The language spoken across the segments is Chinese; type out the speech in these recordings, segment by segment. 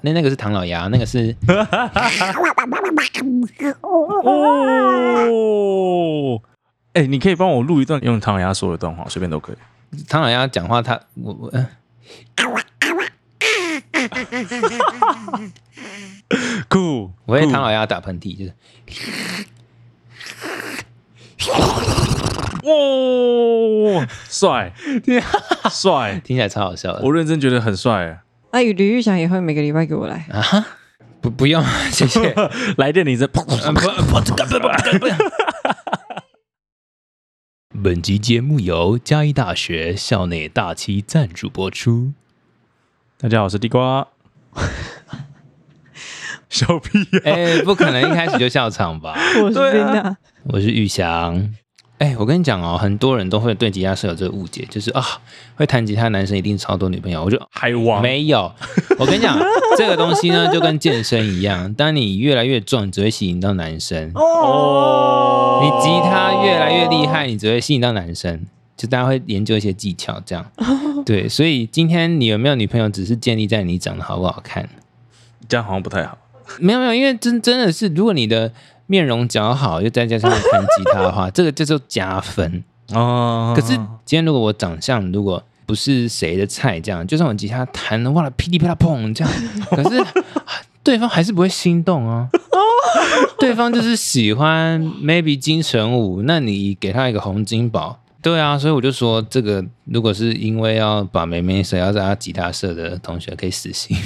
那那个是唐老鸭，那个是哦，哎、你可以帮我录一段用唐老鸭说的段话，随便都可以。唐老鸭讲话他，我我呃酷，我为唐老鸭打喷嚏，就是哇，帅，帅，听起来超好笑的我认真觉得很帅。啊，吕吕玉祥也会每个礼拜给 我来，啊哈！不不用，谢谢。来电铃声，啊不不不不不本集节目由嘉义大学校内大七赞助播出。大家好，我是 地瓜。小屁呀、哎、不可能一开始就笑场吧？我是对啊真的，我是玉祥。哎、我跟你讲哦，很多人都会对吉他社有这个误解，就是啊、会弹吉他的男生一定超多女朋友。我就海王，没有，我跟你讲，这个东西呢，就跟健身一样，当你越来越壮，你只会吸引到男生；哦你吉他越来越厉害，你只会吸引到男生。就大家会研究一些技巧，这样对。所以今天你有没有女朋友，只是建立在你长得好不好看。这样好像不太好。没有没有，因为真真的是，如果你的面容姣好，又再加上弹吉他的话，这个叫做加分。哦可 是今天如果我长相如果不是谁的菜，这样就算我吉他弹的哇啦噼里啪啦砰这样，可是啊对方还是不会心动哦。对方就是喜欢 maybe 金城武，那你给他一个洪金宝，对啊，所以我就说这个如果是因为要把妹妹谁要在他吉他社的同学可以死刑。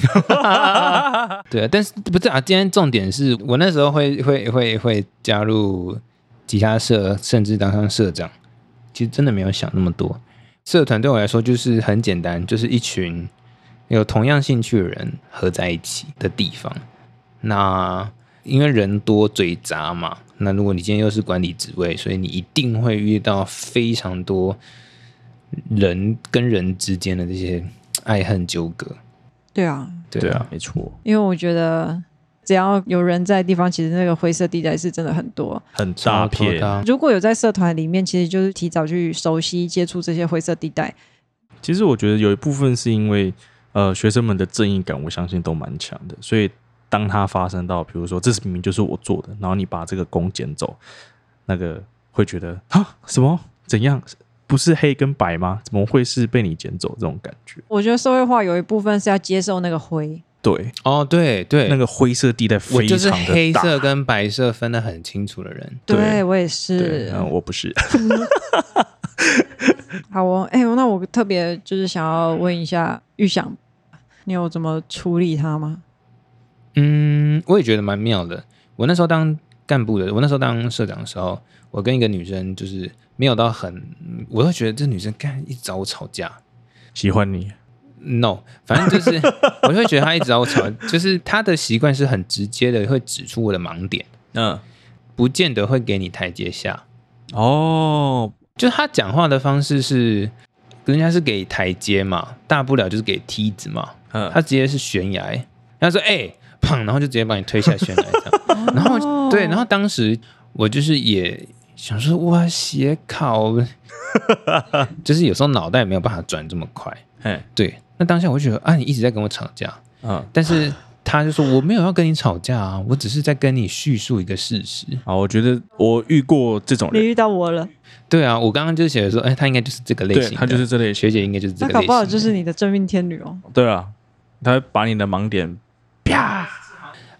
对啊，但是不是啊？今天重点是我那时候会会会会加入吉他社，甚至当上社长，其实真的没有想那么多。社团对我来说就是很简单，就是一群有同样兴趣的人合在一起的地方。那因为人多嘴杂嘛，那如果你今天又是管理职位，所以你一定会遇到非常多人跟人之间的这些爱恨纠葛。对啊，对啊，，没错，因为我觉得只要有人在的地方，其实那个灰色地带是真的很多。很超诈多的骗，啊如果有在社团里面，其实就是提早去熟悉接触这些灰色地带。其实我觉得有一部分是因为，呃，学生们的正义感，我相信都蛮强的，所以当它发生到，比如说这是明明就是我做的，然后你把这个弓捡走，那个会觉得啊什么怎样？不是黑跟白吗？怎么会是被你捡走这种感觉？我觉得社会化有一部分是要接受那个灰，对，哦，对对，那个灰色地带我非就是常的大。黑色跟白色分得很清楚的人。对我也对，是。嗯，我不是，好哦，哎、那我特别就是想要问一下玉想，你有怎么处理他吗？嗯，我也觉得蛮妙的。我那时候当干部的，我那时候当社长的时候，我跟一个女生就是没有到很，我会觉得这女生干一直找我吵架。喜欢你， No，反正就是 我就会觉得她一直找我吵，就是她的习惯是很直接的，会指出我的盲点，嗯，不见得会给你台阶下。哦，就她讲话的方式是，人家是给台阶嘛，大不了就是给梯子嘛。嗯，他直接是悬崖，他说：“哎、砰！”然后就直接把你推下悬崖这样。哦然后对，然后当时我就是也想说，哇，写考， 就是有时候脑袋没有办法转这么快。嘿，对，那当下我就觉得啊，你一直在跟我吵架，嗯，但 是他就说我没有要跟你吵架啊，我只是在跟你叙述一个事实。好，我觉得我遇过这种你人，遇到我了，对啊，我刚刚就写的说，哎、他应该就是这个类对型的，他就是这类型。学姐，应该就是这那个类搞型不好就的是你的真命天女哦。对啊，他会把你的盲点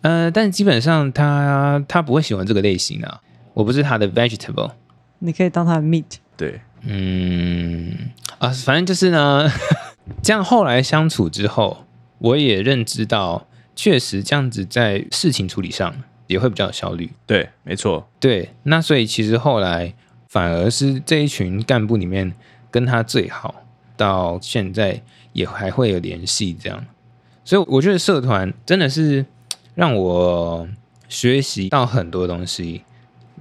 呃，但基本上他他不会喜欢这个类型啊，我不是他的 vegetable。你可以当他的 meet，对，嗯啊，反正就是呢， 这样后来相处之后，我也认知到，确实这样子在事情处理上也会比较有效率。对，没错，对，那所以其实后来反而是这一群干部里面跟他最好，到现在也还会有联系这样。所以我觉得社团真的是让我学习到很多东西，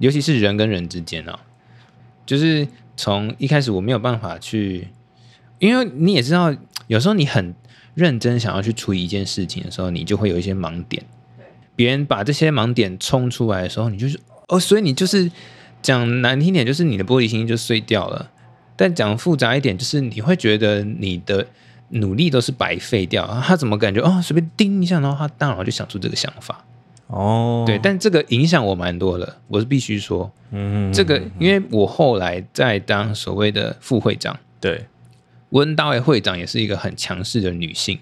尤其是人跟人之间啊，就是从一开始我没有办法去，因为你也知道，有时候你很认真想要去处理一件事情的时候，你就会有一些盲点。别人把这些盲点冲出来的时候，你就是哦，所以你就是讲难听点，就是你的玻璃心就碎掉了；但讲复杂一点，就是你会觉得你的努力都是白费掉，他怎么感觉哦，随便叮一下，然后他大脑就想出这个想法。哦，对，但这个影响我蛮多的，我是必须说，嗯这个因为我后来在当所谓的副会长，对温大卫会长也是一个很强势的女性。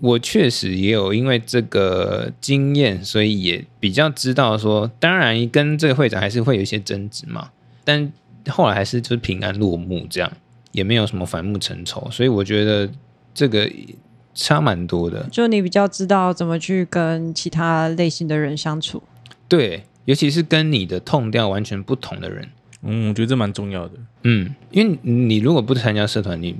我确实也有因为这个经验，所以也比较知道说，当然跟这个会长还是会有一些争执嘛，但后来还是就是平安落幕，这样也没有什么反目成仇，所以我觉得这个差蛮多的。就你比较知道怎么去跟其他类型的人相处。对，尤其是跟你的痛调完全不同的人，嗯，我觉得这蛮重要的。嗯，因为你你如果不参加社团，你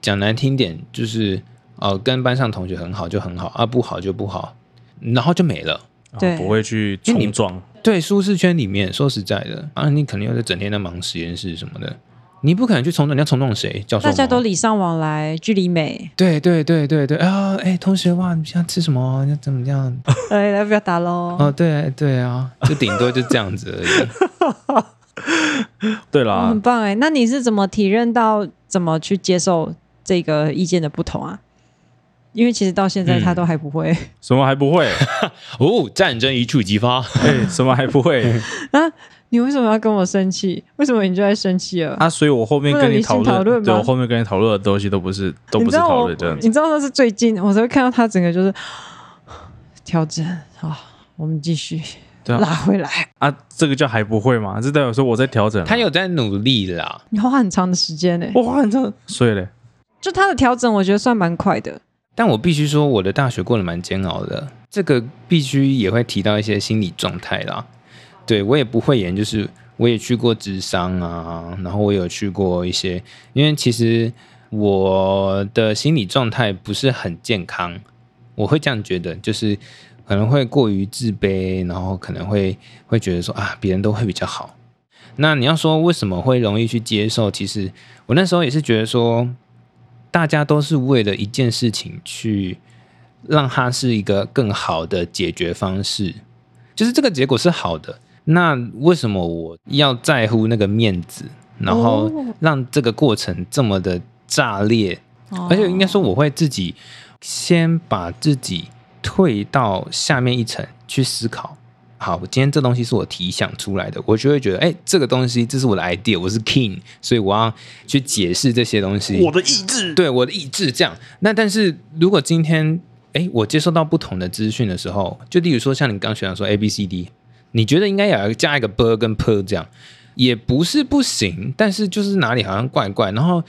讲难听点就是呃，跟班上同学很好就很好啊，不好就不好，然后就没了。然后对啊不会去因为你冲撞，对，舒适圈里面，说实在的啊，你肯定又在整天在忙实验室什么的，你不可能去冲撞，你要冲撞谁？教授大吗？家都礼尚往来，距离美， 对对对对对啊！哎，同学哇，你现在吃什么？你怎么样？哎，来不要打喽。哦，对对啊，就顶多就这样子而 已。对哦啦很，棒哎！那你是怎么体认到怎么去接受这个意见的不同啊？因为其实到现在他都嗯还不会、 什么还不会？哦，战争一触即发哎，什么还不会啊！你为什么要跟我生气？为什么你就在生气了？啊？所以我后面跟你讨不能理性讨论论，吗对我后面跟你讨论的东西都不是，都你不知是道讨我，论这样子你。知道那是最近我才会看到他整个就是 调整啊。我们继续对啊拉回来，啊，这个叫还不会吗？这代表说我在调整啊。他有在努力啦，你花很长的时间呢、我花很长，所以嘞，就他的调整，我觉得算蛮快的。但我必须说，我的大学过得蛮煎熬的。这个必须也会提到一些心理状态啦。对我也不会演，就是我也去过智商啊，然后我有去过一些，因为其实我的心理状态不是很健康，我会这样觉得，就是可能会过于自卑，然后可能会会觉得说啊，别人都会比较好。那你要说为什么会容易去接受？其实我那时候也是觉得说，大家都是为了一件事情去让它是一个更好的解决方式，就是这个结果是好的。那为什么我要在乎那个面子，然后哦让这个过程这么的炸裂？而且应该说，我会自己先把自己退到下面一层去思考。好，我今天这东西是我提想出来的，我就会觉得，哎、这个东西这是我的 idea，我是 king，所以我要去解释这些东西。的意志，对我的意志这样。那但是如果今天，哎，我接收到不同的资讯的时候，就例如说像你刚学长说 A B C D，你觉得应该也要加一个 b 跟 p 这样，也不是不行，但是就是哪里好像怪怪，然后。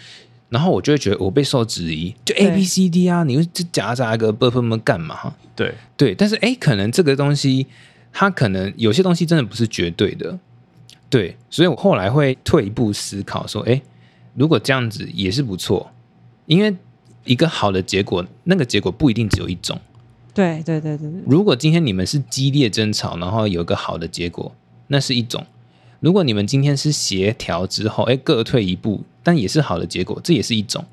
然后我就会觉得我备受质疑，就 A 对 B C D 啊，你又这夹杂一个 b p m 干嘛？对，对，但是哎，可能这个东西，它可能有些东西真的不是绝对的，对，所以我后来会退一步思考，说，哎，如果这样子也是不错，因为一个好的结果，那个结果不一定只有一种。对对对对对，如果今天你们是激烈争吵，然后有一个好的结果，那是一种；如果你们今天是协调之后，哎，各退一步，但也是好的结果，这也是一种。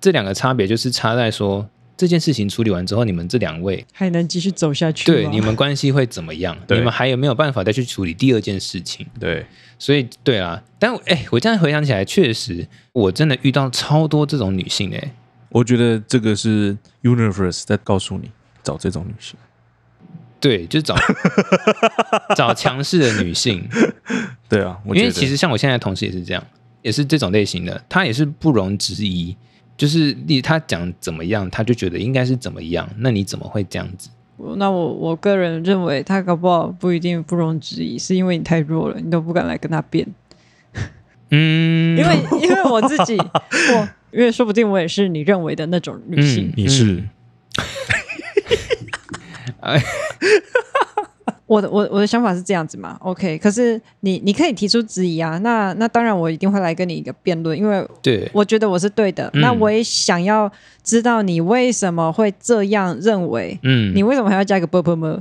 这两个差别就是差在说这件事情处理完之后，你们这两位还能继续走下去吗？对你们关系会怎么样？你对们还有没有办法再去处理第二件事情？对，所以，对啊，但哎、我这样回想起来，确实，我真的遇到超多这种女性哎、我觉得这个是 universe 在告诉你找这种女性。对，就 找找强势的女性，对啊，我因觉为得其实像我现在的同事也是这样，也是这种类型的，她也是不容置疑，就是你她讲怎么样，她就觉得应该是怎么样，那你怎么会这样子？我那我我个人认为，他搞不好不一定不容置疑，是因为你太弱了，你都不敢来跟他辩。嗯，因为因为我自 己，我因为说不定我也是你认为的那种女嗯性，你是我的我我的想法是这样子嘛，OK？可是你你可以提出质疑啊，那那当然我一定会来跟你一个辩论，因为对，我觉得我是对的，嗯那我也想要知道你为什么会这样认为，嗯，你为什么还要加一个啵啵么？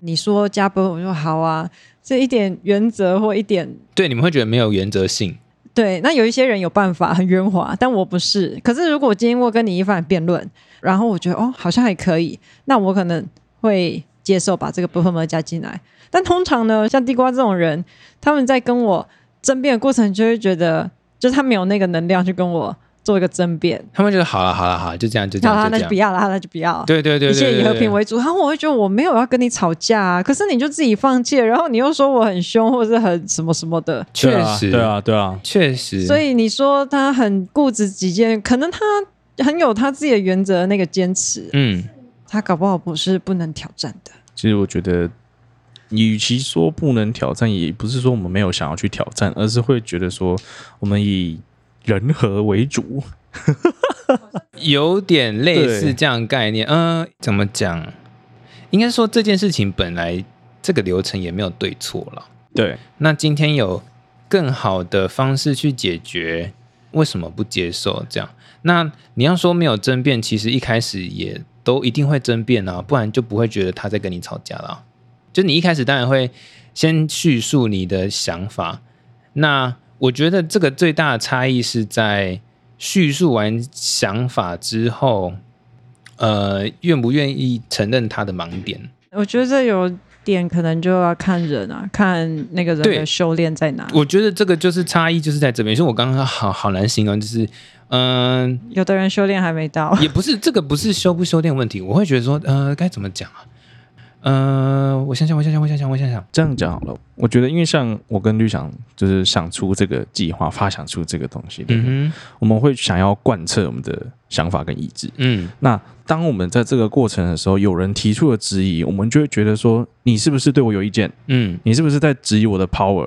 你说加啵，我说好啊，这一点原则或一点对你们会觉得没有原则性，对，那有一些人有办法很圆滑，但我不是。可是如果今天我跟你一番辩论，然后我觉得哦好像还可以，那我可能会接受把这个部分加进来。但通常呢，像地瓜这种人，他们在跟我争辩的过程就会觉得，就是他没有那个能量去跟我做一个争辩。他们觉得好了好了好了，就这样就这好样啦，就这那就样不。要啦，那就不要。对对对对，一切以对和平。对为主。然后我会觉得我没有要跟你吵架啊，可是你就自己放弃了，然后你又说我很凶或者是很什么什么的。确对啊实对啊，对啊，确实，所以你说他很固执己见，可能他很有他自己的原则的那个坚持，嗯，他搞不好不是不能挑战的。其实我觉得，与其说不能挑战，也不是说我们没有想要去挑战，而是会觉得说我们以人和为主。有点类似对这样的概念。嗯、怎么讲？应该说这件事情本来这个流程也没有对错了。对，那今天有更好的方式去解决，为什么不接受？这样，那你要说没有争辩，其实一开始也都一定会争辩啊，不然就不会觉得他在跟你吵架了啊。就你一开始当然会先叙述你的想法，那我觉得这个最大的差异是在叙述完想法之后，呃，愿不愿意承认他的盲点？我觉得这有点可能就要看人啊，看那个人对的修炼在哪。我觉得这个就是差异，就是在这边。所以我刚刚好好难形容，就是嗯、有的人修炼还没到，也不是这个不是修不修炼问题，我会觉得说，呃，该怎么讲啊？呃，我想想，我想想，我想想，我想想，这样讲好了。我觉得，因为像我跟绿翔，就是想出这个计划，发想出这个东西，对不对嗯我们会想要贯彻我们的想法跟意志。哼，嗯，那当我们在这个过程的时候，有人提出了质疑，我们就会觉得说，你是不是对我有意见？嗯，你是不是在质疑我的 power？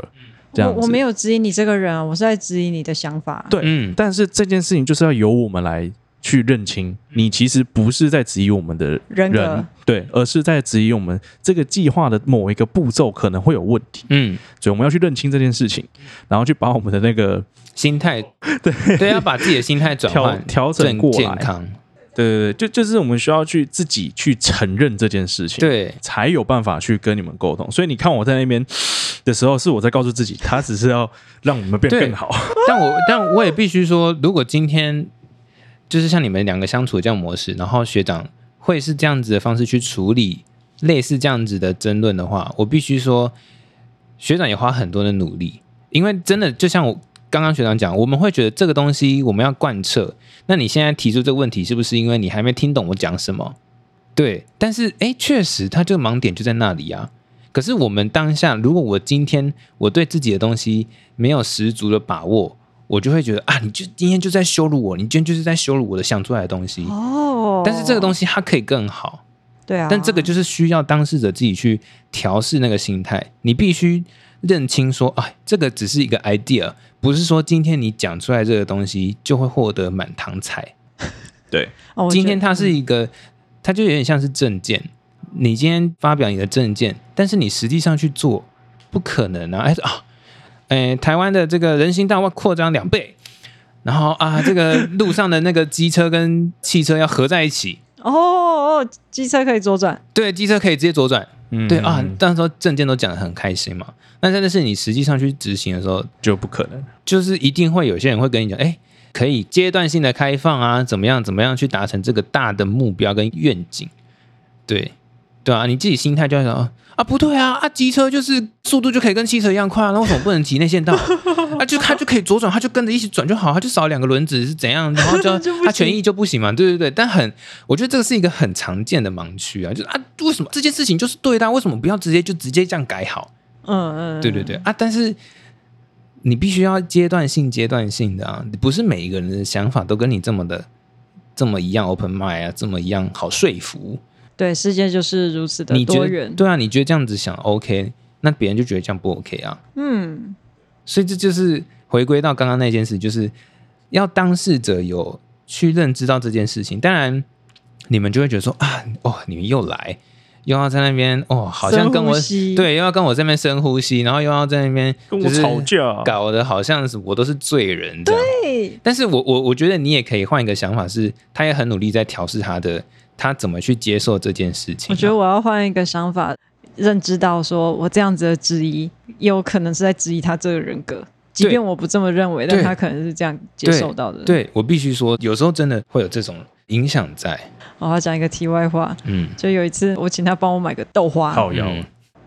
这我样子，我没有质疑你这个人啊，我是在质疑你的想法。对，嗯但是这件事情就是要由我们来去认清，你其实不是在质疑我们的人格人，对，而是在质疑我们这个计划的某一个步骤可能会有问题，嗯，所以我们要去认清这件事情，然后去把我们的那个心态，对对，要把自己的心态转调换调整正过健来，康，对对对，就就是我们需要去自己去承认这件事情，，对，才有办法去跟你们沟通。所以你看我在那边的时候，是我在告诉自己，他只是要让我们变得对更好，但我但我也必须说，如果今天就是像你们两个相处的这样模式，然后学长会是这样子的方式去处理类似这样子的争论的话，我必须说，学长也花很多的努力，因为真的就像我刚刚学长讲，我们会觉得这个东西我们要贯彻。那你现在提出这个问题，是不是因为你还没听懂我讲什么？对，但是诶，确实，他这个盲点就在那里啊。可是我们当下，如果我今天我对自己的东西没有十足的把握，我就会觉得啊，你就今天就在羞辱我，你今天就是在羞辱我的想出来的东西。哦，但是这个东西西它可以更好，对啊，但这个就是需要当事者自己去调试那个心态。你必须认清说，哎，这个只是一个 idea，不是说今天你讲出来这个东西就会获得满堂彩。对。哦我觉得嗯今天它是一个，它就有点像是证件。你今天发表你的证件，但是你实际上去做，不可能啊！哎啊，哎，台湾的这个人行道要扩张两倍，然后啊，这个路上的那个机车跟汽车要合在一起。哦哦，机车可以左转，对，机车可以直接左转。嗯对啊，那时候证件都讲的很开心嘛。那真的是你实际上去执行的时候，就不可能。就是一定会有些人会跟你讲，哎、可以阶段性的开放啊，怎么样怎么样去达成这个大的目标跟愿景，对对啊，你自己心态就要想啊啊，不对啊啊，机车就是速度就可以跟汽车一样快啊，那为什么不能骑内线道 啊？就它就可以左转，它就跟着一起转就好，它就少两个轮子是怎样，然后就 就不行它权益就不行嘛，对对对，但很我觉得这个是一个很常见的盲区啊，就是啊，为什么这件事情就是对的啊、为什么不要直接就直接这样改好？嗯嗯，对对对啊，但是你必须要阶段性、阶段性的啊，不是每一个人的想法都跟你这么的这么一样 open mind 啊，这么一样好说服。对，世界就是如此的你觉多得元。对啊？你觉得这样子想 OK，那别人就觉得这样不 OK 啊。嗯，所以这就是回归到刚刚那件事，就是要当事者有去认知到这件事情。当然，你们就会觉得说啊，哦，你们又来，又要在那边哦，好像跟我深呼吸对，又要跟我这边深呼吸，然后又要在那边跟我就是吵架搞得好像是我都是罪人这样。对，但是我我我觉得你也可以换一个想法是，他也很努力在调试他的他怎么去接受这件事情啊、我觉得我要换一个想法，认知到说我这样子的质疑，也有可能是在质疑他这个人格，即对便我不这么认为，但对他可能是这样接受到的。，对我必须说，有时候真的会有这种影响在。我要讲一个题外话，嗯，就有一次我请他帮我买个豆花，好呀，嗯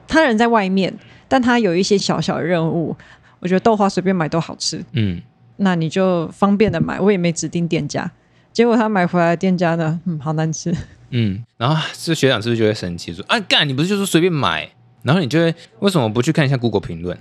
他人在外面，但他有一些小小的任务，我觉得豆花随便买都好吃。嗯那你就方便的买，我也没指定店家。结果他买回来的店家呢，嗯，好难吃。 嗯，然后这学长是不是就会生气说啊，干你不是就说随便买，然后你就会为什么不去看一下 Google 评论？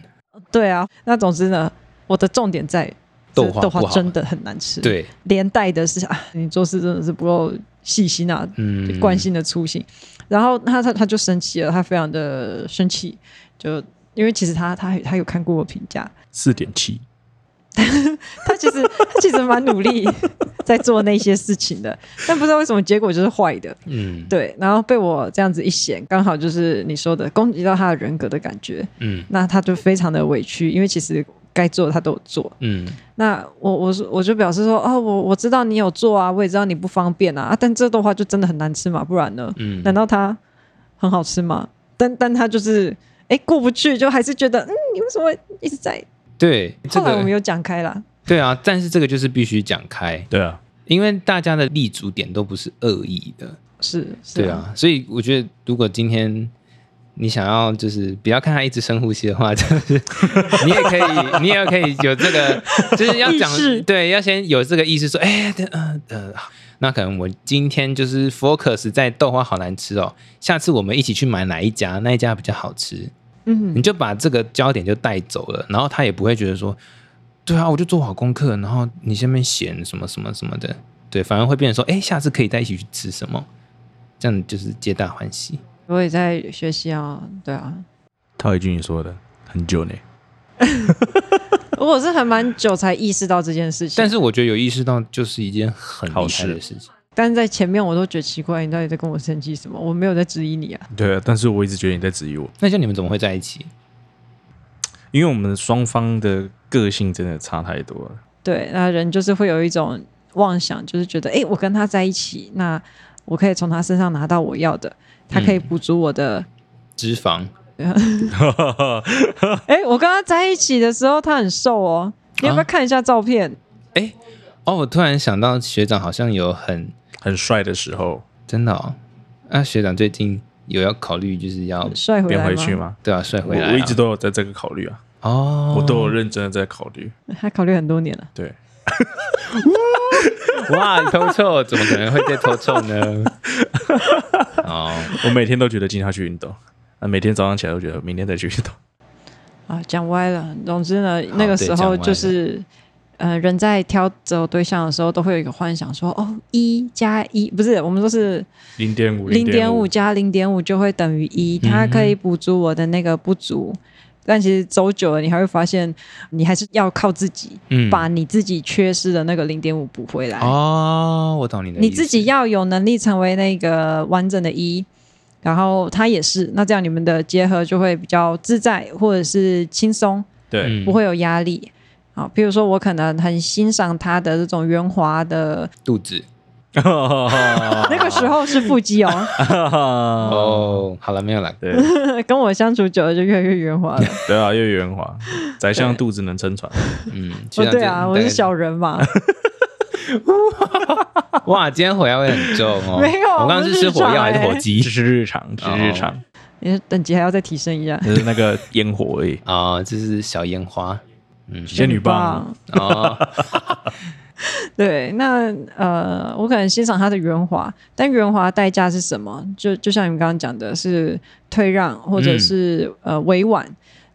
对啊，那总之呢，我的重点在豆这花豆花不好真的很难吃。，对，连带的是啊，你做事真的是不够细心啊，嗯，关心的粗心。然后他他他就生气了，他非常的生气，就因为其实他他他有看过我评价，四点七，他其实他其实蛮努力 在做那些事情的，但不知道为什么结果就是坏的。嗯，对，然后被我这样子一显，刚好就是你说的攻击到他的人格的感觉，嗯那他就非常的委屈，因为其实该做的他都有做。嗯那我我说我就表示说，哦，我我知道你有做啊，我也知道你不方便啊，啊但这豆花就真的很难吃嘛，不然呢？嗯，难道它很好吃吗？但但他就是哎过不去，就还是觉得嗯，你为什么会一直在？对这后来我们个有讲开啦，对啊，但是这个就是必须讲开，对啊，因为大家的立足点都不是恶意的，是，是对，啊，所以我觉得如果今天。你想要就是不要看他一直深呼吸的话，就是 你也可以，你也可以有这 个，就是要讲意识对，要先有这个意识说，哎、呃呃，好那可能我今天就是 focus 在豆花好难吃哦，下次我们一起去买哪一家，那一家比较好吃，嗯你，就把这个焦点就带走了，然后他也不会觉得说，对啊，我就做好功课，然后你下面闲什么什么什么的，对，反而会变成说，哎，下次可以在一起去吃什么，这样就是皆大欢喜。我也在学习啊，对啊， 套一句你说的，很久呢。我是还蛮久才意识到这件事情，但是是我觉得有意识到就是一件很好厉害的事事情。但是在前面我都觉得奇怪，你到底在跟我生气什么？我没有在质疑你啊，对啊，但是我一直觉得你在质疑我，那像你们怎么会在一起？因为我们双方的个性真的差太多了。对，那人就是会有一种妄想，就是觉得哎，诶我跟他在一起，那我可以从他身上拿到我要的，他可以补足我的脂肪 哎、我跟他在一起的时候，他很瘦哦。你要不要看一下照片？哦，我突然想到学长好像有很很帅的时候真的哦，那、学长最近有要考虑就是要帅回变来回去吗？吗？对啊帅我回来、啊我一直都有在这个考虑啊，哦，我都有认真的在考虑。他考虑很多年了。对， 哇，你偷臭，怎么可能会再偷臭 呢？哦，我每天都觉得今天要去运动，啊，每天早上起来都觉得明天再去运动。啊，讲歪了。总之呢，那个对时讲歪候了就是，呃，人在挑择偶对象的时候，都会有一个幻想说，哦，一加一不是，我们都是 零点五，零点五，加零点五就会等于一，它可以补足我的那个不足。但其实走久了，你还会发现，你还是要靠自己，嗯把你自己缺失的那个零点五补回来。哦，我懂你的意思，你自己要有能力成为那个完整的一，然后他也是，那这样你们的结合就会比较自在，或者是轻松，对，嗯不会有压力。好，比如说我可能很欣赏他的这种圆滑的，肚子那个时候是腹肌哦， 哦，好了没有了，对跟我相处久了就越来越圆滑了。 对啊，越圆滑，宰相肚子能撑 船。嗯，学哦，长对这啊，大我概是小人嘛， 哇，今天火药味很重哦， 没有我刚刚是吃火药还是火鸡这是日常，这是日常，你的等级还要再提升一下。这是那个烟火而已。哦，这是小烟花，嗯，仙女棒，啊 哦，对，那呃，我可能欣赏他的圆滑，但圆滑代价是什么？就就像你们刚刚讲的，是退让或者嗯是、呃委婉，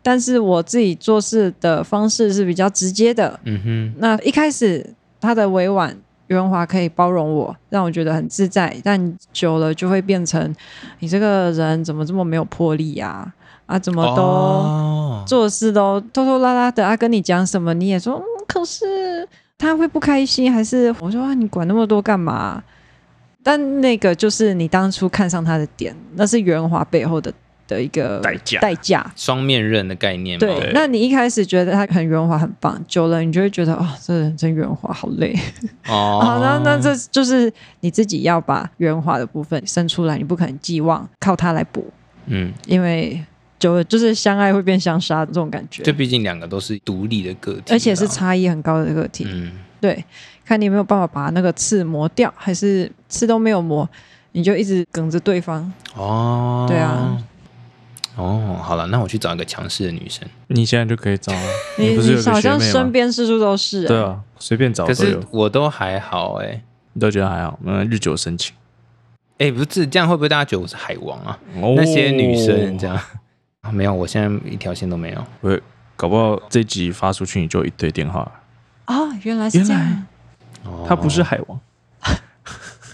但是我自己做事的方式是比较直接的。嗯哼，那一开始他的委婉圆滑可以包容我，让我觉得很自在，但久了就会变成你这个人怎么这么没有魄力呀、啊？啊，怎么都、哦做事都拖拖拉拉的，啊，跟你讲什么你也说，嗯，可是他会不开心，还是我说啊，你管那么多干嘛？但那个就是你当初看上他的点，那是圆滑背后的的一个代价代价。双面刃的概念嘛，对，那你一开始觉得他很圆滑很棒，久了你就会觉得哦，这人真圆滑，好累。 哦，好、那那这就是你自己要把圆滑的部分生出来，你不可能寄望靠他来补，嗯，因为久了就是相爱会变相杀这种感觉。这毕竟两个都是独立的个体啦，而且是差异很高的个体。嗯，对，看你有没有办法把那个刺磨掉，还是刺都没有磨，你就一直梗着对方。哦，对啊，哦，好了，那我去找一个强势的女生。你现在就可以找啊， 你不是有好个学像妹身吗？边四处都是、对，啊，随便找可都是有，我都还好哎、你都觉得还好，嗯，日久生情。哎、不是这样会不会大家觉得我是海王啊？哦那些女生这样、啊没有，我现在一条线都没有。会哦搞不好这集发出去你就一堆电话，哦，原来是这原样。哦他不是海王，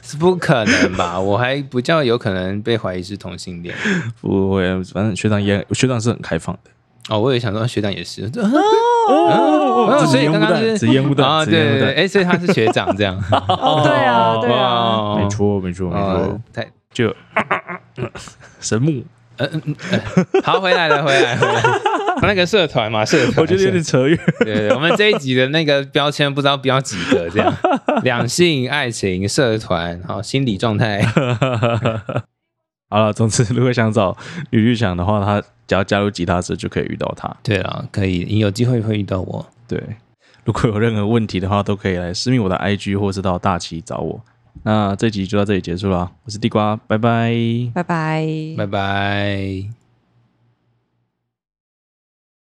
是不可能吧？我还比较有可能被怀疑是同性恋。不会，反正学长也学长是很开放的。哦，我也想说学长也是。啊 哦所以刚刚是只烟 雾啊，弹，只对烟对雾对，弹，哎，所以他是学长 这样。哦，对啊，对啊，哇没，错没错没错哦，，太呃就 神木，嗯好，回来了，回来，回 来。那个社团嘛，社团，我觉得有点扯远。社团对，对我们这一集的那个标签不知道标几个，这样，两性、爱情、社团，好，心理状 态，好了，总之如果想找吕律强的话，他只要加入吉他社就可以遇到他。对了，可以，你有机会会遇到我，对，如果有任何问题的话，都可以来私密我的 IG 或是到大齐找我。那这集就到这里结束了，我是地瓜，拜拜。拜拜。拜拜。